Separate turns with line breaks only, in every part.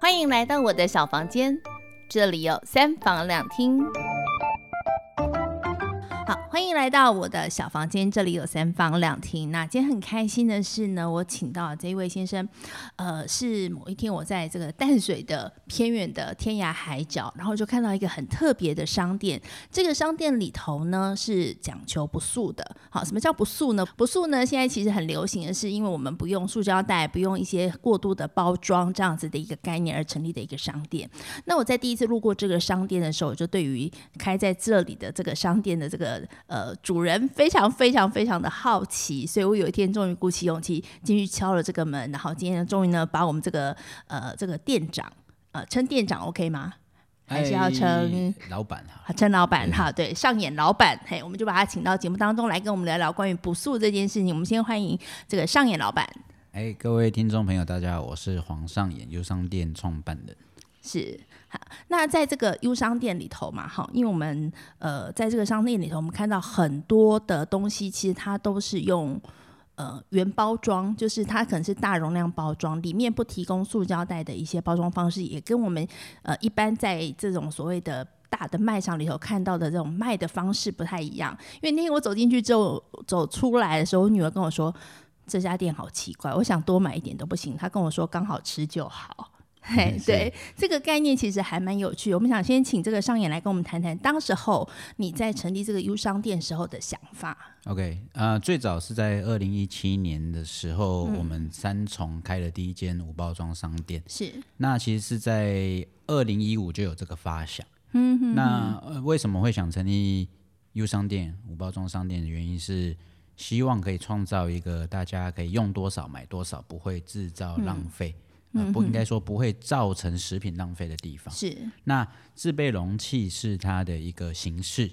欢迎来到我的小房间，这里有三房两厅。好，欢迎来到我的小房间，这里有三房两厅。那今天很开心的是呢，我请到这一位先生，呃，是某一天我在这个淡水的偏远的天涯海角，然后就看到一个很特别的商店。这个商店里头呢是讲求不塑的。好，什么叫不塑呢？不塑呢，现在其实很流行的是，因为我们不用塑胶袋，不用一些过度的包装这样子的一个概念而成立的一个商店。那我在第一次路过这个商店的时候，我就对于开在这里的这个商店的这个呃主人非常非常非常的好奇，所以我有一天终于鼓起勇气进去敲了这个门，然后今天终于呢把我们这个呃这个店长呃称店长 OK 吗？还是要称
哎老板哈。
好，陈老板哈，对，上演老板，嘿，我们就把他请到节目当中来跟我们聊聊关于不速这件事情。我们先欢迎这个上演老板，
哎，各位听众朋友，大家好，我是黄上演优商店创办人。
是好，那在这个优商店里头嘛，哈，因为我们呃，在这个商店里头，我们看到很多的东西，其实它都是用呃原包装，就是它可能是大容量包装，里面不提供塑胶袋的一些包装方式，也跟我们呃一般在这种所谓的。大的卖场里头看到的这种卖的方式不太一样，因为那天我走进去之后，走出来的时候，我女儿跟我说这家店好奇怪，我想多买一点都不行，她跟我说刚好吃就好。 嘿，
是
对，这个概念其实还蛮有趣。我们想先请这个上演来跟我们谈谈，当时候你在成立这个优商店时候的想法。
OK，啊、最早是在二零一七年的时候，我们三重开了第一间无包装商店。
是，
那其实是在二零一五就有这个发想。嗯哼那、呃、为什么会想成立优商店、无包装商店的原因是，希望可以创造一个大家可以用多少买多少，不会制造浪费，呃、不应该说不会造成食品浪费的地方。
是，
那自备容器是它的一个形式。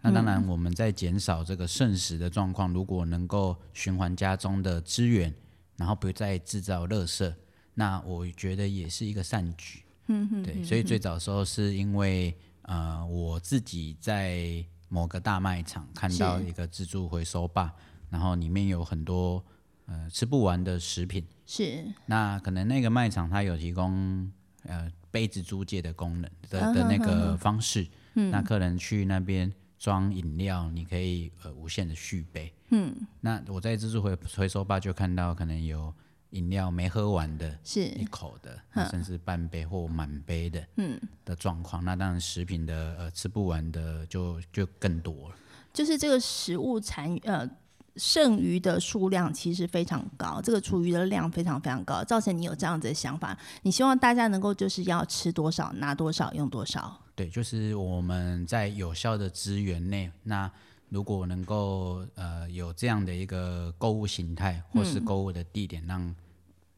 那当然，我们在减少这个剩食的状况，如果能够循环家中的资源，然后不再制造垃圾，那我觉得也是一个善举。嗯哼，对，所以最早的时候是因为呃，我自己在某个大卖场看到
是
一个自助回收吧，然后里面有很多呃吃不完的食品，
是，
那可能那个卖场它有提供呃杯子租借的功能的的那个方式，那客人去那边装饮料，你可以呃无限的续杯。嗯，那我在自助回回收吧就看到可能有饮料没喝完的。
是
一，口的，那甚至半杯或满杯的，嗯，的状况，那当然食品的呃吃不完的就就更多了。
就是这个食物残余呃剩余的数量其实非常高，这个厨余的量非常非常高，造成你有这样子的想法。你希望大家能够就是要吃多少拿多少用多少。
对，就是我们在有效的资源内，那如果能够呃有这样的一个购物形态或是购物的地点，让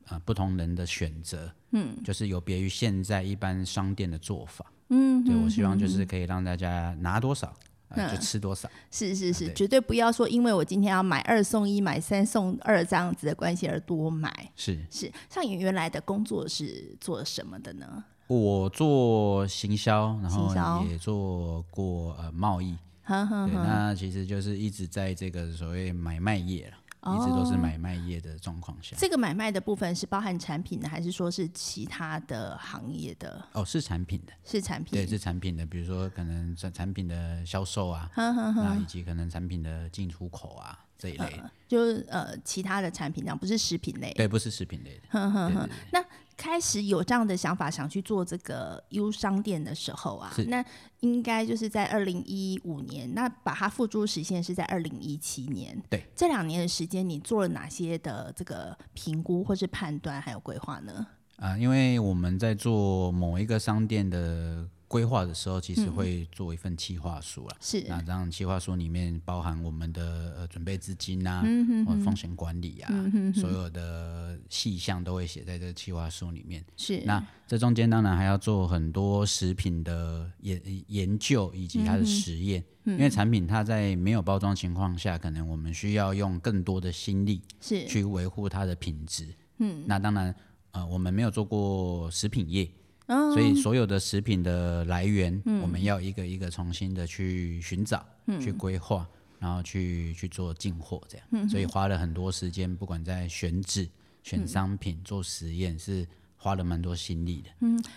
呃不同人的选择，嗯，就是有别于现在一般商店的做法，嗯，对我希望就是可以让大家拿多少。呃、就吃多少，
是是是，
对
绝对不要说因为我今天要买二送一、买三送二这样子的关系而多买。
是
是，像你原来的工作是做什么的呢？
我做行销，嗯然
行销
后也做过呃贸易，
呵呵
对，
呵
那其实就是一直在这个所谓买卖业了，一直都是买卖业的状况下。
这个买卖的部分是包含产品的，还是说是其他的行业的？
哦，是产品的，
是产品？
对，是产品的，比如说可能产产品的销售啊，那以及可能产品的进出口啊这一类，
就是呃，其他的产品这样，不是食品类。
对，不是食品类的。
哼哼
对
哼。那开始有这样的想法，想去做这个优商店的时候啊
是，
那应该就是在二零一五年，那把它付诸实现是在二零一七年。
对，
这两年的时间，你做了哪些的这个评估或是判断，还有规划呢？
啊，因为我们在做某一个商店的规划的时候，其实会做一份企划书啦。
是
那当然，企划书里面包含我们的呃准备资金啊，或者风险管理啊，所有的细项都会写在这个企划书里面。
是，
那这中间当然还要做很多食品的研研究以及它的实验，因为产品它在没有包装情况下，可能我们需要用更多的心力
是
去维护它的品质。嗯，那当然，呃，我们没有做过食品业，
嗯
所以所有的食品的来源，我们要一个一个重新的去寻找、去规划，然后去去做进货这样。所以花了很多时间，不管在选址、选商品、做实验，是花了蛮多心力的。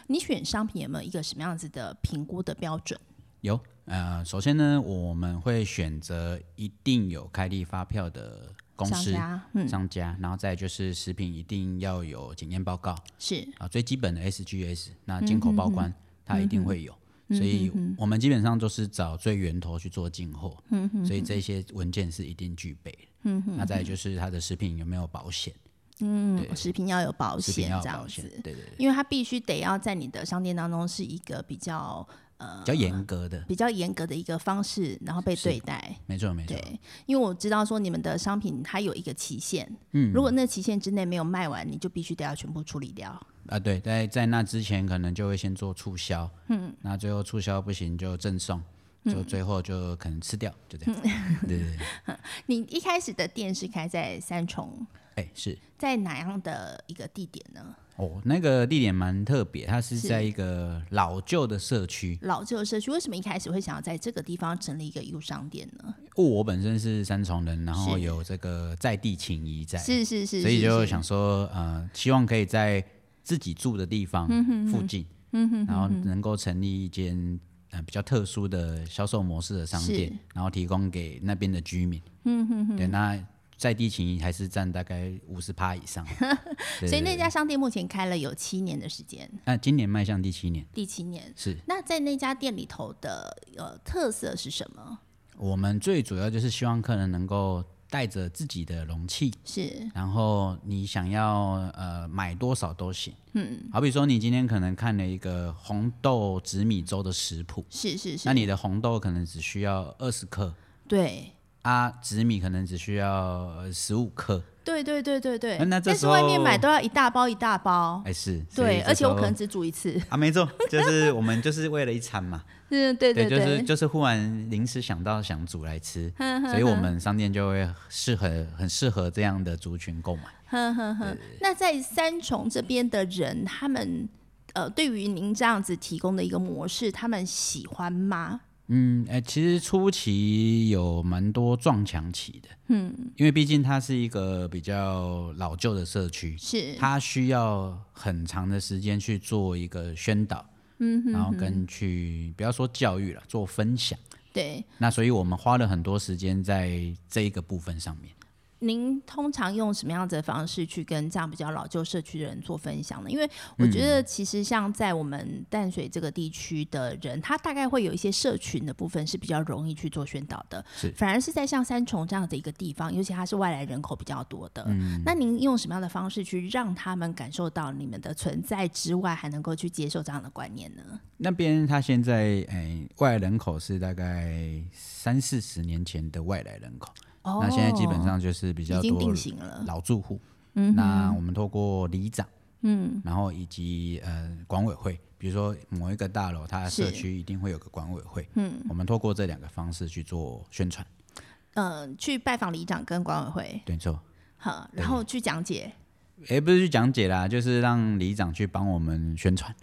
你选商品有没有一个什么样子的评估的标准？
有，呃，首先呢，我们会选择一定有开立发票的公
商
司、
家，嗯，
商家，然后再就是食品一定要有检验报告
是
啊，最基本的 SGS，那进
嗯
口报关它一定会有。所以，我们基本上都是找最源头去做进货，
嗯
所以这些文件是一定具备的。那再来就是它的食品有没有保险，
嗯，食品要有保
食品
险
要有
这样
保险
子，，
对对对，
因为它必须得要在你的商店当中是一个比较
比较严格的，
比较严格的一个方式，然后被对待。
没错没错，
对，因为我知道说你们的商品它有一个期限，嗯，如果那期限之内没有卖完，你就必须得要全部处理掉。
啊，对，在在那之前可能就会先做促销，嗯，那最后促销不行就赠送，就最后就可能吃掉，就这样。 对对对，
你一开始的店是开在三重，
哎，是
在哪样的一个地点呢？
哦，那个地点蛮特别，它是
是
在一个老旧的社区。
老旧社区，为什么一开始会想要在这个地方成立一个 U 商店呢？
哦，我本身是三重人，然后
是
有这个在地情谊在，
是是是，
所以
是
就是想说，呃，希望可以在自己住的地方附近，然后能够成立一间呃比较特殊的销售模式的商店
是，
然后提供给那边的居民。对，那在地情谊还是占大概五十趴以上。 对
所以
对
那
对
家商店目前开了有七年的时间，
那今年迈向第七年，
第七年。
是
那在那家店里头的呃特色是什么？
我们最主要就是希望客人能够带着自己的容器，
是
然后你想要呃买多少都行，嗯，好比说你今天可能看了一个红豆紫米粥的食谱，
是是是，
那你的红豆可能只需要二十克，
对
啊，紫米可能只需要十五克，
对对对对对。
呃那这
但
时
是
候
外面买都要一大包一大包，
哎是，所以
对，
这
而且我
时候
可能只煮一次。
啊没错， 就是我们就是为了一餐嘛，
嗯， 对
对，
对，
就是就是忽然临时想到想煮来 吃，所以我们商店就会适合很适合这样的族群购买。
哼哼哼。那在三重这边的人，他们呃，对于您这样子提供的一个模式，他们喜欢吗？
嗯，哎、其实初期有蛮多撞墙期的，嗯，因为毕竟它是一个比较老旧的社区，
是
它需要很长的时间去做一个宣导，嗯然后跟去不要说教育了，做分享。
对。
那所以我们花了很多时间在这一个部分上面。
您通常用什么样子的方式去跟这样比较老旧社区的人做分享呢？因为我觉
嗯
得其实像在我们淡水这个地区的人，他大概会有一些社群的部分是比较容易去做宣导的
是，
反而是在像三重这样的一个地方，尤其它是外来人口比较多的，
嗯
那您用什么样的方式去让他们感受到你们的存在之外，还能够去接受这样的观念呢？
那边它现在哎、外来人口是大概三四十年前的外来人口，
哦
那现在基本上就是比
已
较
经
多
定型了，
老住户。那我们透过里长，嗯，然后以及呃管委会，比如说某一个大楼，它的
是
社区一定会有个管委会，嗯，我们透过这两个方式去做宣传，
嗯、去拜访里长跟管委会，
对，没错。
好，然后去讲解。
哎，不是去讲解啦，就是让里长去帮我们宣传，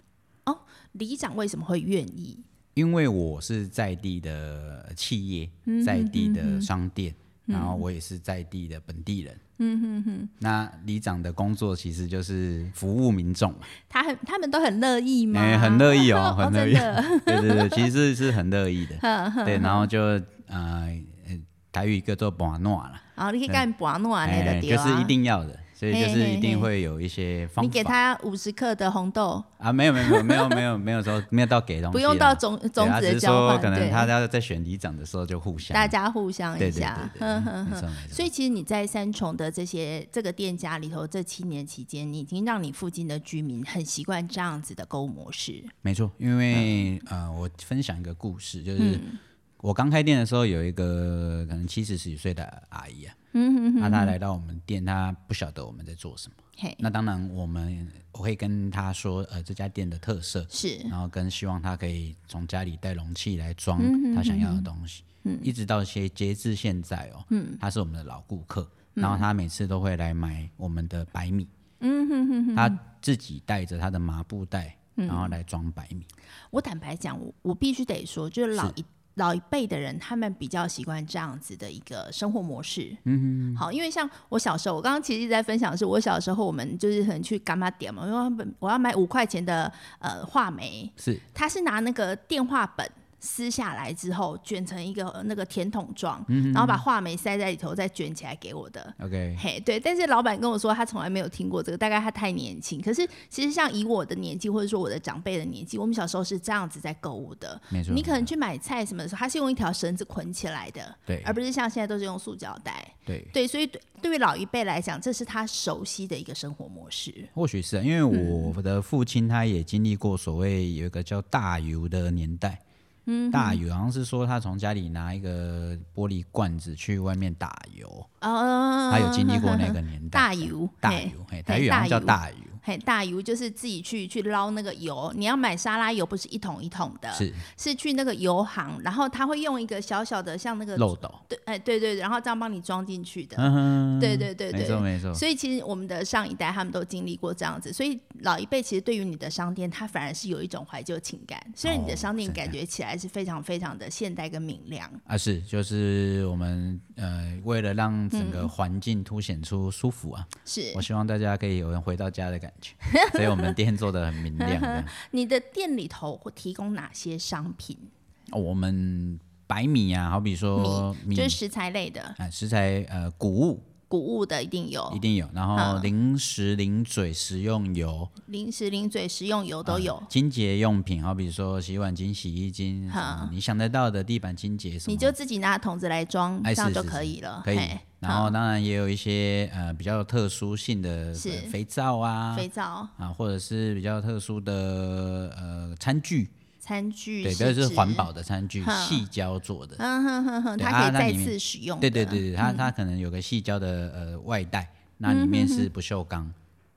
里长为什么会愿意？
因为我是在地的企业，在地的商店，然后我也是在地的本地人，嗯哼哼。那里长的工作其实就是服务民众嘛，
他很他们都很乐意吗？
哎、很乐意哦，
哦
很乐
真
意。
的
对对对，其实是是很乐 意的。对，然后就呃呃，台语叫做“把诺”啦，
啊，你可以干博诺啊那
哎
个
就
丢
是一
啊。
定要的，所以
嘿
就是一
嘿嘿
定会有一些方法。
你给他五十克的红豆，
啊，没有没有没有没有没有没有说没有到给东西啦，
不用到种
啊对
种
他
子
只
的
是
交
说
换，
可能
对，
他要在选里长的时候就互相
大家互相
对
一
对对
下。
对，没错没错。
所以其实你在三重的这些这个店家里头，这七年期间，你已经让你附近的居民很习惯这样子的购物模式。
没错，因为、呃，我分享一个故事，就是我刚开店的时候，有一个可能七十几岁的阿姨啊，嗯那她来到我们店，她不晓得我们在做什么。
嘿，
那当然，我们我会跟她说，呃，这家店的特色，
是
然后跟希望她可以从家里带容器来装她想要的东西，一直到些截至现在哦，嗯，她是我们的老顾客，然后她每次都会来买我们的白米，嗯哼哼哼，嗯她自己带着她的麻布袋，然后来装白米。
我坦白讲，我我必须得说，就是老一老一辈的人，他们比较习惯这样子的一个生活模式。嗯好，因为像我小时候，我刚刚其实一直在分享的是，我小时候我们就是可能去干妈点嘛，因为他们我要买五块钱的呃话梅，
是
他是拿那个电话本撕下来之后卷成一个呃那个甜筒状，然后把话梅塞在里头，再卷起来给我的。
OK，
嘿，对，但是老板跟我说他从来没有听过这个，大概他太年轻。可是其实像以我的年纪，或者说我的长辈的年纪，我们小时候是这样子在购物的。
没错。
你可能去买菜什么的时候，它是用一条绳子捆起来的，
对
而不是像现在都是用塑胶袋。
对，
对，所以对对于老一辈来讲，这是他熟悉的一个生活模式。
或许是啊因为
嗯
我的父亲他也经历过所谓有一个叫大油的年代。嗯，大油好像是说他从家里拿一个玻璃罐子去外面打油，
呃，
他有经历过那个 年代。
大油，
大
嘿
油，嘿，台语好像叫大油，
嘿，大油就是自己去去捞那个油。你要买沙拉油，不是一桶一桶的，
是
是去那个油行，然后他会用一个小小的像那个
漏斗。
对，哎，对对，然后这样帮你装进去的。
嗯哼，
对对对
没错
对。
没错，
所以其实我们的上一代他们都经历过这样子，所以老一辈其实对于你的商店，他反而是有一种怀旧情感。虽然你的
哦
商店
真的
感觉起来是非常非常的现代跟明亮，
啊是，就是我们呃，为了让整个环境凸显出舒服啊，
嗯是
我希望大家可以有人回到家的感觉，所以我们店做的很明 亮这样。
你的店里头会提供哪些商品？
哦我们白米啊，好比说米
就是食材类的、
啊，食材呃谷物
谷物的一定有
一，定有，然后
嗯
零食、零嘴、食用油
零食、零嘴、食用油
啊
都有。
清洁用品，好比说洗碗巾、洗衣巾，什么你想得到的地板清洁什么，
你就自己拿桶子来装，
哎
这样
是
就是可
是
以了。
可以
嘿。
然后当然也有一些呃比较特殊性的
是
呃肥皂啊
肥皂、
啊，或者是比较特殊的呃餐具，
餐具，
对，这是
纸
环。保的餐具，
哼
细胶做的。
嗯哼哼哼，
对
它
啊
可以
那
再
里面
次使用。
对对对，对，它它可能有个细胶的呃外袋，那里面是不锈钢，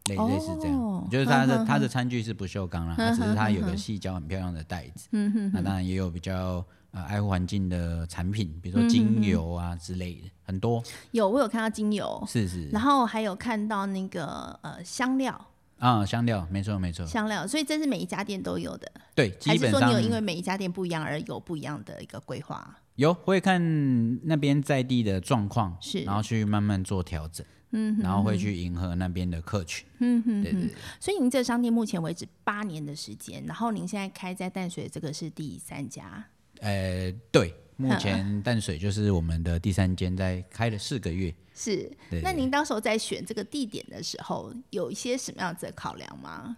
类
哦嗯
类似这样，就是它的它的餐具是不锈钢啦，它只是它有个细胶很漂亮的袋子。
嗯
那当然也有比较呃爱护环境的产品，
嗯
比如说精油啊之类的，很多
有我有看到精油，
是是
然后还有看到那个呃香料，
啊香料，没错没错，
香料，所以这是每一家店都有的，
对，
还是
基本
说你
上
有因为每一家店不一样而有不一样的一个规划？
有会看那边在地的状况，
是
然后去慢慢做调整，嗯，然后会去迎合那边的客群，嗯哼，对对对，
所以您这商店目前为止八年的时间，然后您现在开在淡水这个是第三家，
呃，对，目前淡水就是我们的第三间，在开了四个月，
是？
对
那您当时候在选这个地点的时候，有一些什么样子的考量吗？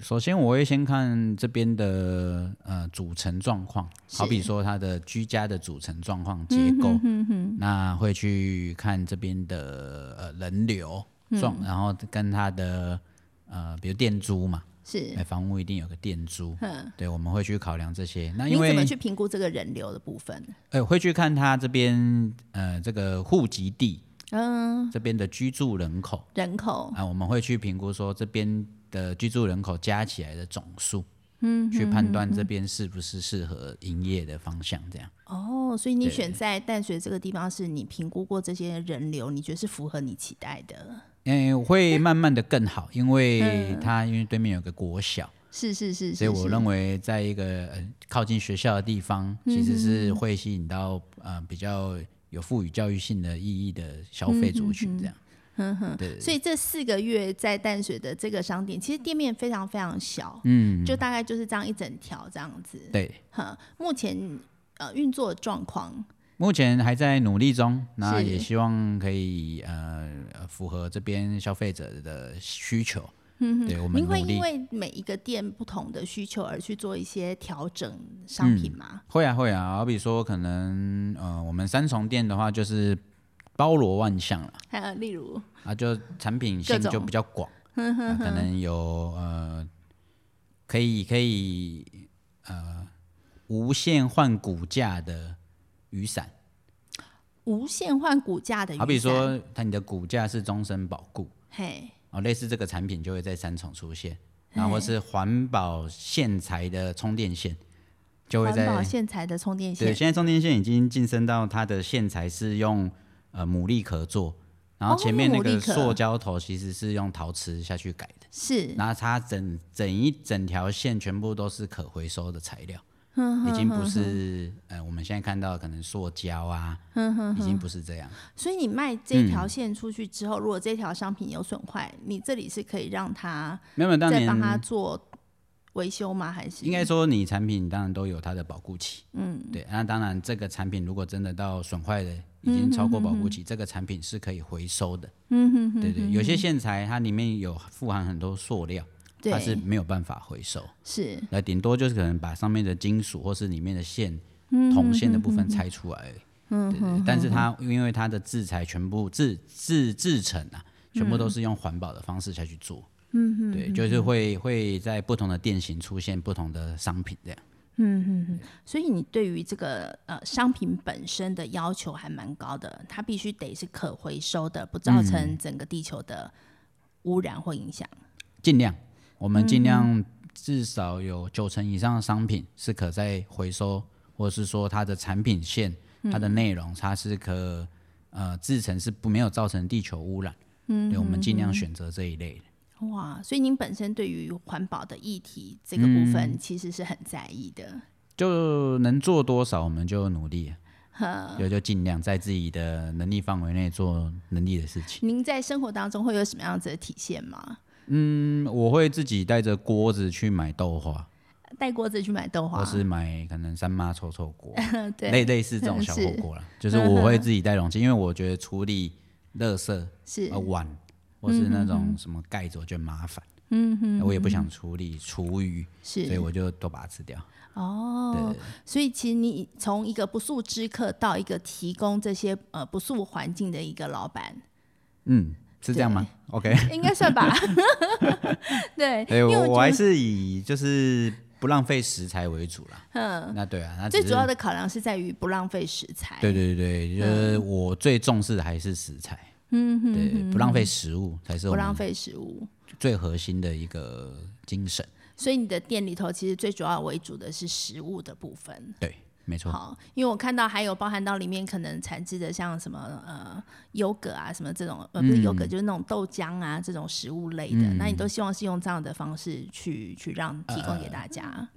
首先我会先看这边的呃组成状况，
是嗯
好比说它的居家的组成状况结构，那会去看这边的呃人流
嗯
状，然后跟它的呃比如店租嘛，
是
买？房屋一定有个店租，
嗯
对，我们会去考量这些。那
你
因
怎么
为
去评估这个人流的部分？
呃会去看它这边呃这个户籍地
嗯，
这边的居住人口。
人口
啊，我们会去评估说这边的居住人口加起来的总数，嗯，去判断这边是不是适合营业的方向，这样。
哦，所以你
对
选在淡水这个地方，是你评估过这些人流，你觉得是符合你期待的？
嗯、我会慢慢的更好，因 为它因为对面有个国小，
是是是是，
所以我
是
认为在一个、呃、靠近学校的地方，其实是会吸引到呃比较有赋予教育性的意义的消费族群，这样。
所以这四个月在淡水的这个商店，其实店面非常非常小，嗯，就大概就是这样一整条这样子。
对，
哈，目前呃运作的状况
目前还在努力中，那
是
也希望可以呃呃符合这边消费者的需求。嗯，对我们
您
努
会
力
因为每一个店不同的需求而去做一些调整商品吗？
会啊会啊，好比说可能呃我们三重店的话就是包罗万象了
还有例如，
啊，就产品线
各种
就比较广，啊可能有呃可以可以呃无限换骨架的雨伞，
无限换股价的雨伞，
好比说它你的骨架是终身保固，
嘿，
哦，类似这个产品就会在三重出现，然后或是环保线材的充电线就会
环保
在
线材的充电
对，
线，
现在充电线已经晋升到它的线材是用呃牡蛎壳做，然后
哦
前面那
用牡
个
蛎壳
塑胶头其实是用陶瓷下去改的，
是
然后它整整一整条线全部都是可回收的材料，已经不是呃我们现在看到的可能塑胶啊，已经不是这样。
所以你卖
嗯
这条线出去之后，如果这条商品有损坏，你这里是可以让它
没有，当
再
年
帮它做维修吗？还是
应该说你产品当然都有它的保固期，
嗯，
对。那当然，这个产品如果真的到损坏了，已经超过保固期，这个产品是可以回收的，
嗯哼哼，
对对。有些线材它里面有富含很多塑料，
对
它是没有办法回收，
是
那顶多就是可能把上面的金属或是里面的线铜线的部分拆出来而已，嗯，对对。但是它因为它的制裁全部制制制成啊，全部都是用环保的方式下去做。嗯对，就是会会在不同的店型出现不同的商品这样。
所以你对于这个呃商品本身的要求还蛮高的，它必须得是可回收的，不造
嗯
成整个地球的污染或影响。
尽量，我们尽量至少有九成以上的商品是可再回收，或者是说它的产品线、它的内容，它是可呃制成是不没有造成地球污染。嗯，对，我们尽量选择这一类的。
哇，所以您本身对于环保的议题这个部
嗯
分其实是很在意的。
就能做多少，我们就努力啊，对，就尽量在自己的能力范围内做能力的事情。
您在生活当中会有什么样子的体现吗？
嗯，我会自己带着锅子去买豆花，
带锅子去买豆花
或，是买可能三妈臭臭锅，
嗯， 对，
类类似 这种小火
是嗯
锅啦，就是我会自己带容器，因为我觉得处理垃圾、
是嗯
呃碗或是那种什么盖子，我觉得麻烦。嗯哼，我也不想处理厨余，所以
是
我就都把它吃掉。
哦，所以其实你从一个不速之客到一个提供这些呃不速环境的一个老 板，
嗯，是这样吗？OK，
应该算吧？对，
哎、
因为
我我还
觉得
是以就是不浪费食材为主啦。嗯，那对啊，那只
最
是
主要的考量是在于不浪费食材。
对对对，就是
嗯
我最重视的还是食材。嗯哼对，不浪费食物才是我
不浪
们
费食物。
最核心的一个精神。
所以你的店里头其实最主要为主的是食物的部分。
对，没错。
好，因为我看到还有包含到里面可能产制的像什么呃优格啊什么这种，呃不是优
嗯
格、就是那种豆浆啊这种食物类的，那你都希望是用这样的方式去去让提供给大家。
啊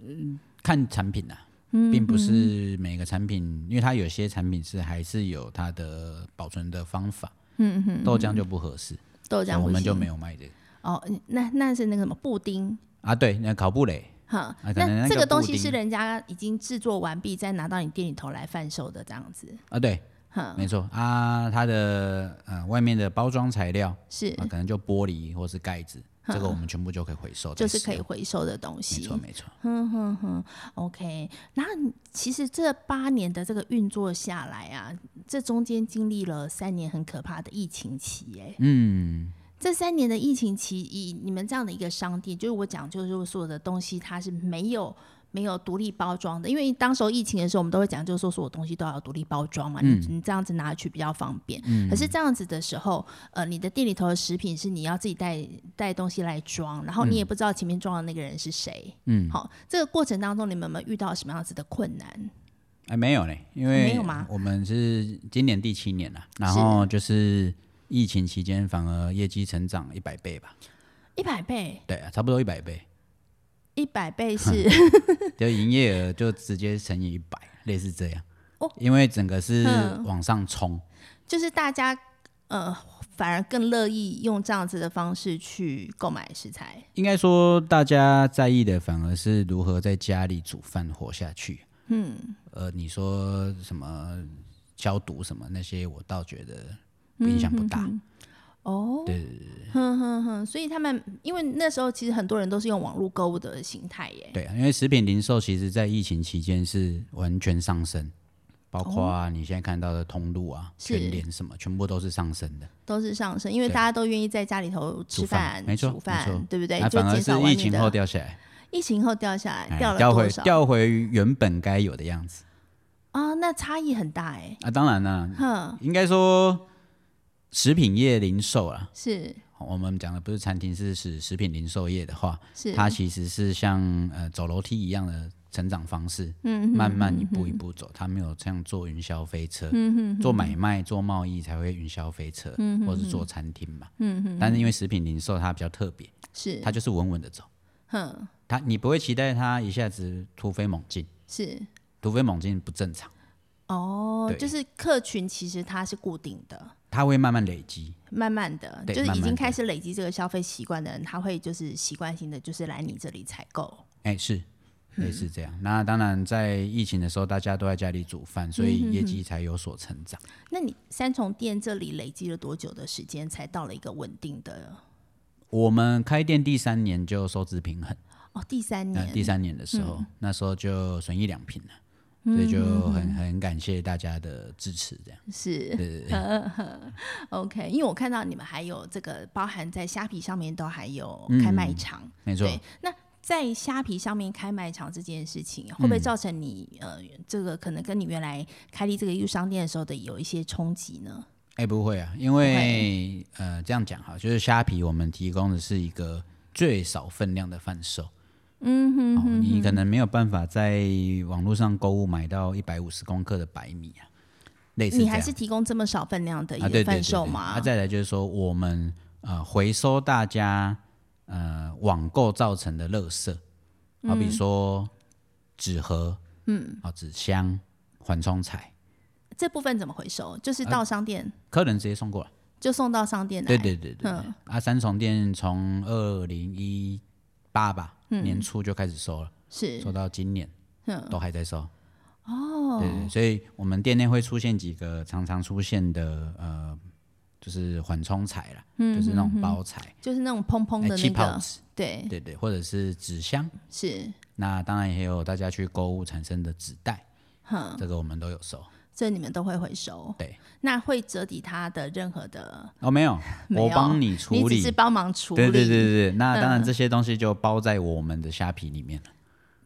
看产品啊，
嗯
并不是每个产品，因为它有些产品是还是有它的保存的方法。嗯哼，豆浆就不合适，
豆浆
哦我
不
们
行
就没有卖这个
哦，那那是那个什么布丁。
啊。对，那烤布雷，
哈
啊，可能
那
那
这
个
个东
布
西是
丁
人家已经制作完毕，再拿到你店里头来贩售的这样子，
啊，对，
哼，
没错啊，它的呃外面的包装材料
是
啊，可能就玻璃或是盖子，这个我们全部就可以回收，
就
再
是
使
可以
用。
回收的东
没
西
错，。没错。
哼嗯哼哼，OK。然后你其实这八年的这个运作下来啊，这中间经历了三年很可怕的疫情期、耶。
嗯，
这三年的疫情期，以你们这样的一个商店，就是我讲，就是所有的东西它是没有没有独立包装的，因为当时候疫情的时候，我们都会讲，就是说所有东西都要有独立包装嘛，你你这样子拿去比较方便。可是这样子的时候，呃，你的店里头的食品是你要自己带带东西来装，然后你也不知道前面装的那个人是谁。嗯，好，这个过程当中，你们有没有遇到什么样子的困难？
哎，没有嘞，因
没
为
有吗
我们是今年第七年了，啊然后就是疫情期间反而业绩成长一百倍吧，
一百倍，
对啊，差不多一百倍，
一百倍是
就营业额就直接乘以一百，类似这样。
哦嗯
因为整个是往上冲，
就是大家呃反而更乐意用这样子的方式去购买食材。
应该说大家在意的反而是如何在家里煮饭活下去。嗯，呃，你说什么消毒什么那些，我倒觉得
嗯
影响不大。
哦，
对
哼哼哼，所以他们因为那时候其实很多人都是用网络购物的形态耶，
对啊，因为食品零售其实在疫情期间是完全上升，包括、啊你现在看到的通路啊、
哦是
全联什么，全部都是上升的。
都是上升，因为大家都愿意在家里头吃
煮饭
饭、
没错
煮
没错
饭，对不对？
啊
就
反而
减
是
少外
疫
面
情
的
后掉下来，
疫情后掉下来，
哎
掉了
调
多
回
少
调回原本该有的样子
啊？那差异很大哎，
啊！当然啦、
哼，
应该说食品业零售啊，
是
我们讲的不是餐厅，是指食品零售业的话，
是，
它其实是像呃走楼梯一样的成长方式，
嗯嗯
慢慢一步一步走，它没有这样坐云霄飞车，做买卖、做贸易才会云霄飞车，或是做餐厅嘛，
嗯
但是因为食品零售它比较特别，
是
它就是稳稳的走，
哼
它你不会期待它一下子突飞猛进，
是
突飞猛进不正常，
哦，
对
就是客群其实它是固定的，
它会慢慢累积。
慢慢的，
对
就是
慢
已
慢
经
地
开始累积这个消费习惯的人，他会就是习惯性的就是来你这里采购。
哎，是类似这样。那当然，在疫情的时候，大家都在家里煮饭，所以业绩才有所成长。
那你三重店这里累积了多久的时间才到了一个稳定的？
我们开店第三年就收支平衡，
哦，第三
那
年，
呃第三年的时候，那时候就损益两平了。所以就很很感谢大家的支持，这样
是 OK，因为我看到你们还有这个包含在虾皮上面都还有开卖场，
嗯没错。
对，那。在虾皮上面开卖场这件事情，
嗯
会不会造成你、呃，这个可能跟你原来开立这个艺术商店的时候的有一些冲击呢？
哎、不会啊，因为呃，这样讲哈，就是虾皮我们提供的是一个最少分量的贩售。嗯哼哦，你可能没有办法在网络上购物买到一百五十公克的白米啊，类似这
你
样。
还是提供这么少分量的
啊，对
一
对
个贩
对
售
对
吗？
啊，再来就是说，我们呃回收大家呃网购造成的垃圾，
嗯
好比说纸盒，嗯，啊纸箱、缓冲材，
这部分怎么回收？就是到商店、
客人直接送过来。
就送到商店来。
啊对对对对，
嗯
啊，三重店从二零一八吧、
嗯
年初就开始收了，
是
收到今年，都还在收。
嗯哦，
对对，所以我们店内会出现几个常常出现的呃，就是缓冲材啦，
嗯
就是那种包材、
就是那种砰砰
哎
嗯的
气
那
泡
个，
纸，
对，
对对，或者是纸箱。
是，
那当然也有大家去购物产生的纸袋，
哼，
这个我们都有收。
这你们都会回收。
对，
那会折抵它的任何的，
哦，没有，
没
我
有
帮你处
你只
理。
是嗯帮忙处理，
对对对对对，那当然这些东西就包在我们的虾皮里面了。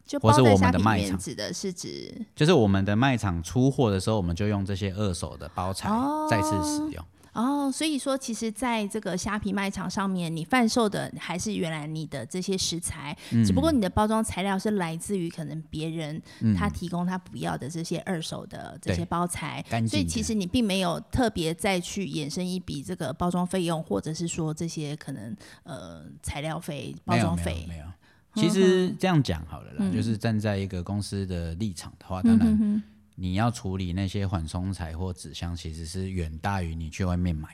就
或
包
是
在
我
虾
们的
皮里
卖
面，
场
指的是指
就是我们的卖场出货的时候，我们就用这些二手的包材再次使用。
哦，所以说其实在这个虾皮卖场上面，你贩售的还是原来你的这些食材，只不
嗯
过你的包装材料是来自于可能别人他提供他不要的这些二手的这
对
些包材，
干
所以其
净的
实你并没有特别再去衍生一笔这个包装费用，或者是说这些可能呃材料费、包
没有
装
没有
费，
没有。其实这样讲好了啦，就是站在一个公司的立场的话，当然你要处理那些缓冲材或纸箱，其实是远大于你去外面买。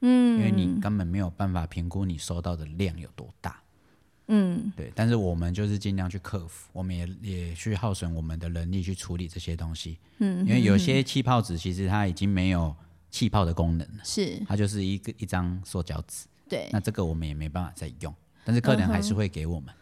嗯，因为你根本没有办法评估你收到的量有多大。嗯，对。但是我们就是尽量去克服，我们也也去耗损我们的能力去处理这些东西。嗯，因为有些气泡纸其实它已经没有气泡的功能了，
是
它就是一个一张塑胶纸。
对
那这个我们也没办法再用，但是客人
嗯
还是会给我们，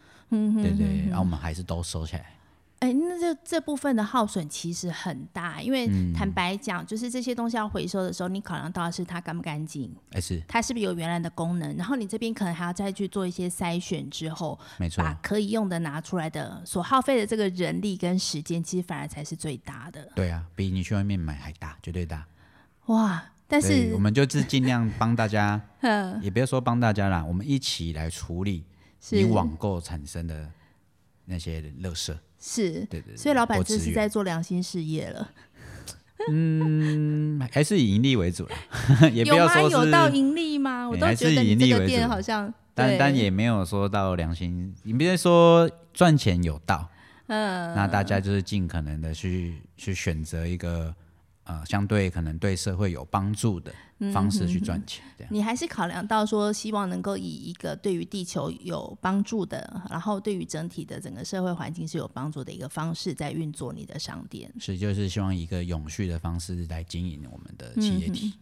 对对，然后我们还是都收起来，
哎、那这这部分的耗损其实很大，因为
嗯
坦白讲，就是这些东西要回收的时候，你考量到的是它干不干净，
哎是
它是不是有原来的功能，然后你这边可能还要再去做一些筛选之后，
没错
把，可以用的拿出来的，所耗费的这个人力跟时间，其实反而才是最大的。
对啊，比你去外面买还大，绝对大。
哇！但
所以我
是
们就是尽量帮 大家，也不要说帮大家啦，我们一起来处理
是
你网购产生的那些垃圾。
是，
对对对
所以老板
多
这
资
是
源
在做良心事业了，
嗯，还是以盈利为主啦， 也不
有
要
吗？
说
有到
是，
盈利吗？我
哎
都
还
觉
是
得你
盈
这
利
个
为
店
主
好像，
但
对
但也没有说到良心，你别说赚钱有道，
嗯，
那大家就是尽可能的去去选择一个呃相对可能对社会有帮助的
嗯
方式去赚钱，这样
你还是考量到说，希望能够以一个对于地球有帮助的，然后对于整体的整个社会环境是有帮助的一个方式，在运作你的商店。
所以就是希望以一个永续的方式来经营我们的企业
嗯
体。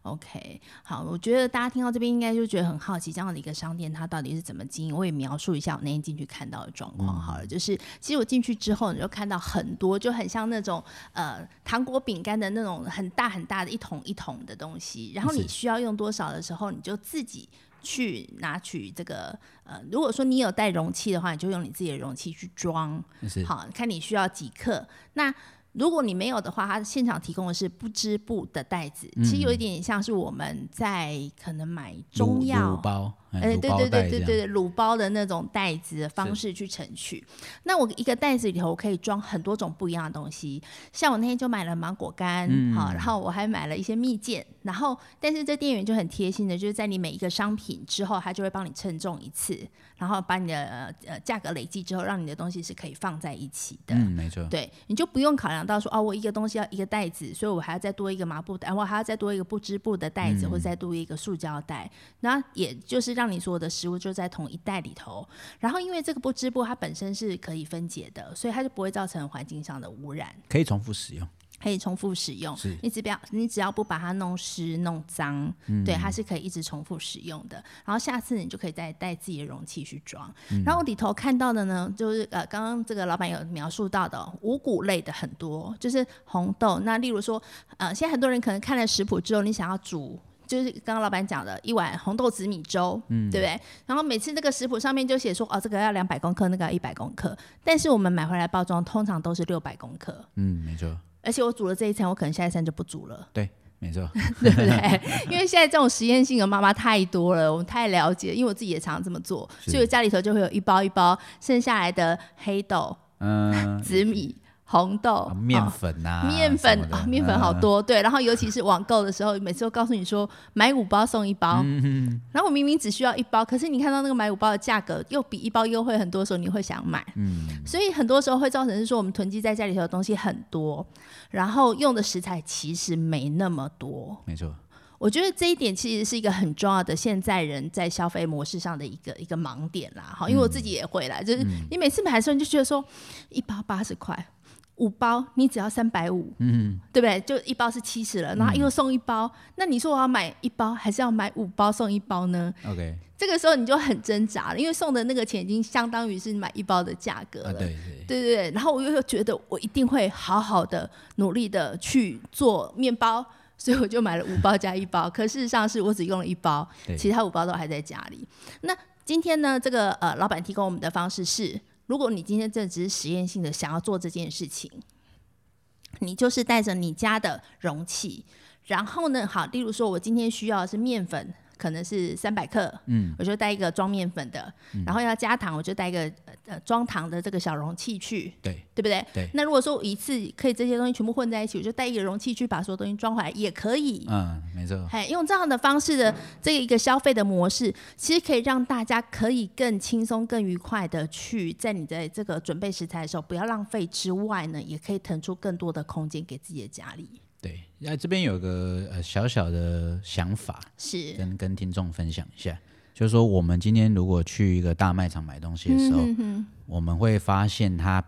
OK，好，我觉得大家听到这边应该就觉得很好奇，这样的一个商店它到底是怎么经营？我也描述一下我那天进去看到的状况好了，就是其实我进去之后，你就看到很多，就很像那种呃糖果饼干的那种很大很大的一桶一桶的东西，然后你
是
需要用多少的时候，你就自己。去拿取这个呃，如果说你有带容器的话，你就用你自己的容器去装，
就是
嗯好，看你需要几克。那如果你没有的话，它现场提供的是不织
嗯
布的袋子，其实有一点点像是我们在可能买中
乳乳
药。
包，哎
哎，
乳
对
包
对
袋
对对
这样
对，卤包的那种袋子的方式去盛取。那我一个袋子里头，我可以装很多种不一样的东西。像我那天就买了芒果干，
嗯
好、然后我还买了一些蜜饯。然后，但是这店员就很贴心的，就是在你每一个商品之后，他就会帮你称重一次，然后把你的呃呃价格累积之后，让你的东西是可以放在一起的。
嗯，没错，
对，你就不用考量到说哦，我一个东西要一个袋子，所以我还要再多一个麻布袋，我还要再多一个不织布的袋子，或者再多一个塑胶袋。那也就是让你所有的食物就在同一袋里头。然后因为这个不织布它本身是可以分解的，所以它就不会造成环境上的污染，
可以重复使用。
可以重复使用
是。
你只不要你只要不把它弄湿弄脏，对，它是可以一直重复使用的。然后下次你就可以再带自己的容器去装。然后里头看到的呢，就是呃，刚刚这个老板有描述到的哦五谷类的很多，就是红豆。那例如说，呃，现在很多人可能看了食谱之后，你想要煮。就是刚刚老板讲的一碗红豆紫米粥，对不对？然后每次那个食谱上面就写说，哦，这个要两百公克，那个要一百公克。但是我们买回来包装通常都是六百公克，
嗯，没错，
而且我煮了这一餐，我可能下一餐就不煮了，
对，没错，
对不对？因为现在这种实验性的妈妈太多了，我们太了解，因为我自己也常常这么做，
是
所以我家里头就会有一包一包剩下来的黑豆、
嗯，
紫米、红豆
啊、面
哦
粉呐，
面
什
粉
么的呃嗯
啊，面粉好，多，对。然后尤其是网购的时候，每次都告诉你说买五包送一包，
嗯
然后我明明只需要一包，可是你看到那个买五包的价格又比一包优惠很多的时候，你会想买。
嗯，
所以很多时候会造成是说我们囤积在家里头的东西很多，然后用的食材其实没那么多。
没错，
我觉得这一点其实是一个很重要的现在人在消费模式上的一个一个盲点啦。哈，因为我自己
嗯
也会啦，就是你每次买的时候你就觉得说一包八十块。五包你只要三百五，嗯，对不对？就一包是七十了，然
嗯
后又送一包。那你说我要买一包，还是要买五包送一包呢？
，OK，
这个时候你就很挣扎了，因为送的那个钱已经相当于是买一包的价格了。
啊，对对，
对对对，然后我又觉得我一定会好好的努力的去做面包，所以我就买了五包加一包。可事实上是我只用了一包，
对
其他五包都还在家里。那今天呢，这个呃，老板提供我们的方式是，如果你今天这只是实验性的想要做这件事情，你就是带着你家的容器，然后呢，好，例如说我今天需要的是面粉。可能是三百克，嗯，我就带一个装面粉的，
嗯
然后要加糖，我就带一个呃呃装糖的这个小容器去，
对，
对不对？
对
那如果说我一次可以这些东西全部混在一起，我就带一个容器去把所有东西装回来也可以。
嗯，没错，
哎，用这样的方式的这一个消费的模式，其实可以让大家可以更轻松、更愉快的去在你的这个准备食材的时候，不要浪费之外呢，也可以腾出更多的空间给自己的家里。
对，那这边有个呃小小的想法，
是，
跟跟听众分享一下，就是说我们今天如果去一个大卖场买东西的时
嗯
候，我们会发现它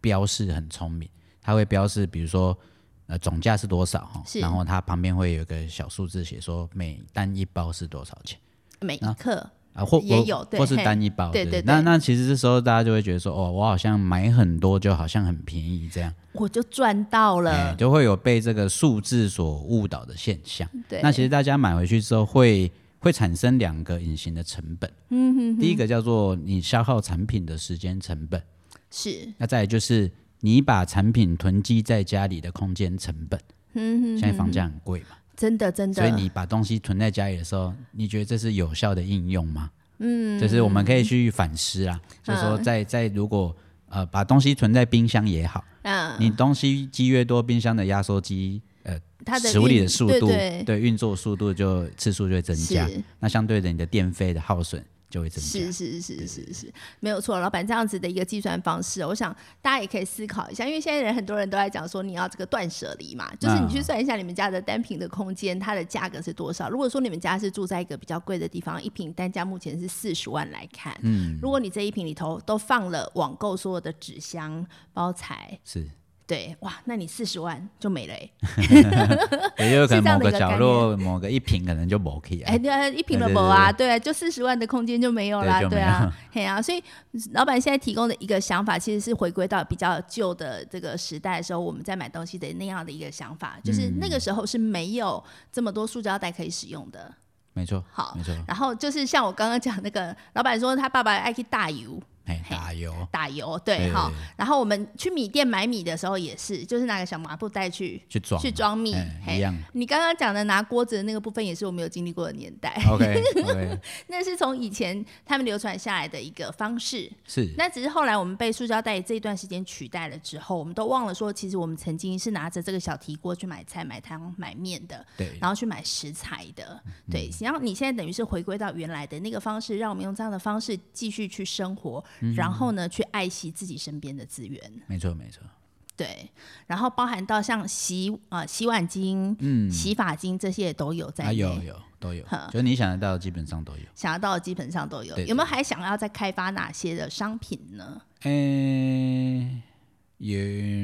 标示很聪明，它会标示比如说呃总价是多少哈
是，
然后它旁边会有一个小数字写说每单一包是多少钱。
每一刻
啊，或
也
或
有对
或是
嘿
单一包，
对对
那
对
那其实这时候大家就会觉得说，哦，我好像买很多，就好像很便宜这样，
我就赚到
哎
了。
就会有被这个数字所误导的现象。
对，
那其实大家买回去之后会会产生两个隐形的成本，嗯哼第一个叫做你消耗产品的时间成本，
是
那再来就是你把产品囤积在家里的空间成本，嗯哼现在房价很贵嘛，
真的，真
所以
的，
你把东西囤在家里的时候，你觉得这是有效的应用吗？嗯，就是我们可以去反思啊，就是说在在如果呃把东西囤在冰箱也好，
嗯，
你东西积越多，冰箱的压缩机呃
它的
处理
运
的速
对
度，
对
运作速度就次数就会增加
是，
那相对的你的电费的耗损就会增
是
加。
是是是是，没有错。老板这样子的一个计算方式，哦我想大家也可以思考一下，因为现在人很多人都在讲说你要这个断舍离嘛，就是你去
嗯
算一下你们家的单品的空间，它的价格是多少。如果说你们家是住在一个比较贵的地方，一瓶单价目前是四十万来看，嗯，如果你这一瓶里头都放了网购所有的纸箱、包材，
是，
对，哇，那你四十万就没了、欸。
也有可
是
能
这样
某
的一
个
个
角落某个一瓶可能就某 K 啊
哎，，对啊，一瓶
对
了
对
不啊？对，就四十万的空间就没有啦，
对就
对
没
啊， 嘿啊，所以老板现在提供的一个想法，其实是回归到比较旧的这个时代的时候，我们在买东西的那样的一个想法，就是
嗯
那个时候是没有这么多塑胶袋可以使用的。
没错，
好
没错，
然后就是像我刚刚讲那个，老板说他爸爸爱去大油，
哎，
嘿
打打油，
打油，对
对
哈。然后我们去米店买米的时候也是，就是拿个小麻布袋去
去装
去装米
哎。
嘿
一 样。
你刚刚讲的拿锅子的那个部分，也是我们有经历过的年代，
OK OK，
那是从以前他们流传下来的一个方式。
是
那只是后来我们被塑胶袋这一段时间取代了之后，我们都忘了说，其实我们曾经是拿着这个小提锅去买菜、买汤、买面的，
对嗯
然后去买食材的，对。然后你现在等于是回归到原来的那个方式，让我们用这样的方式继续去生活，
嗯
然后呢，去爱惜自己身边的资源。
没错没错，
对，然后包含到像洗啊、呃洗碗巾、洗发精这些也都有在
嗯啊
内。
有有都有，就是你想得到的基本上都有。
想得到的基本上都有，
对
有没有还想要再开发哪些的商品呢？
诶，也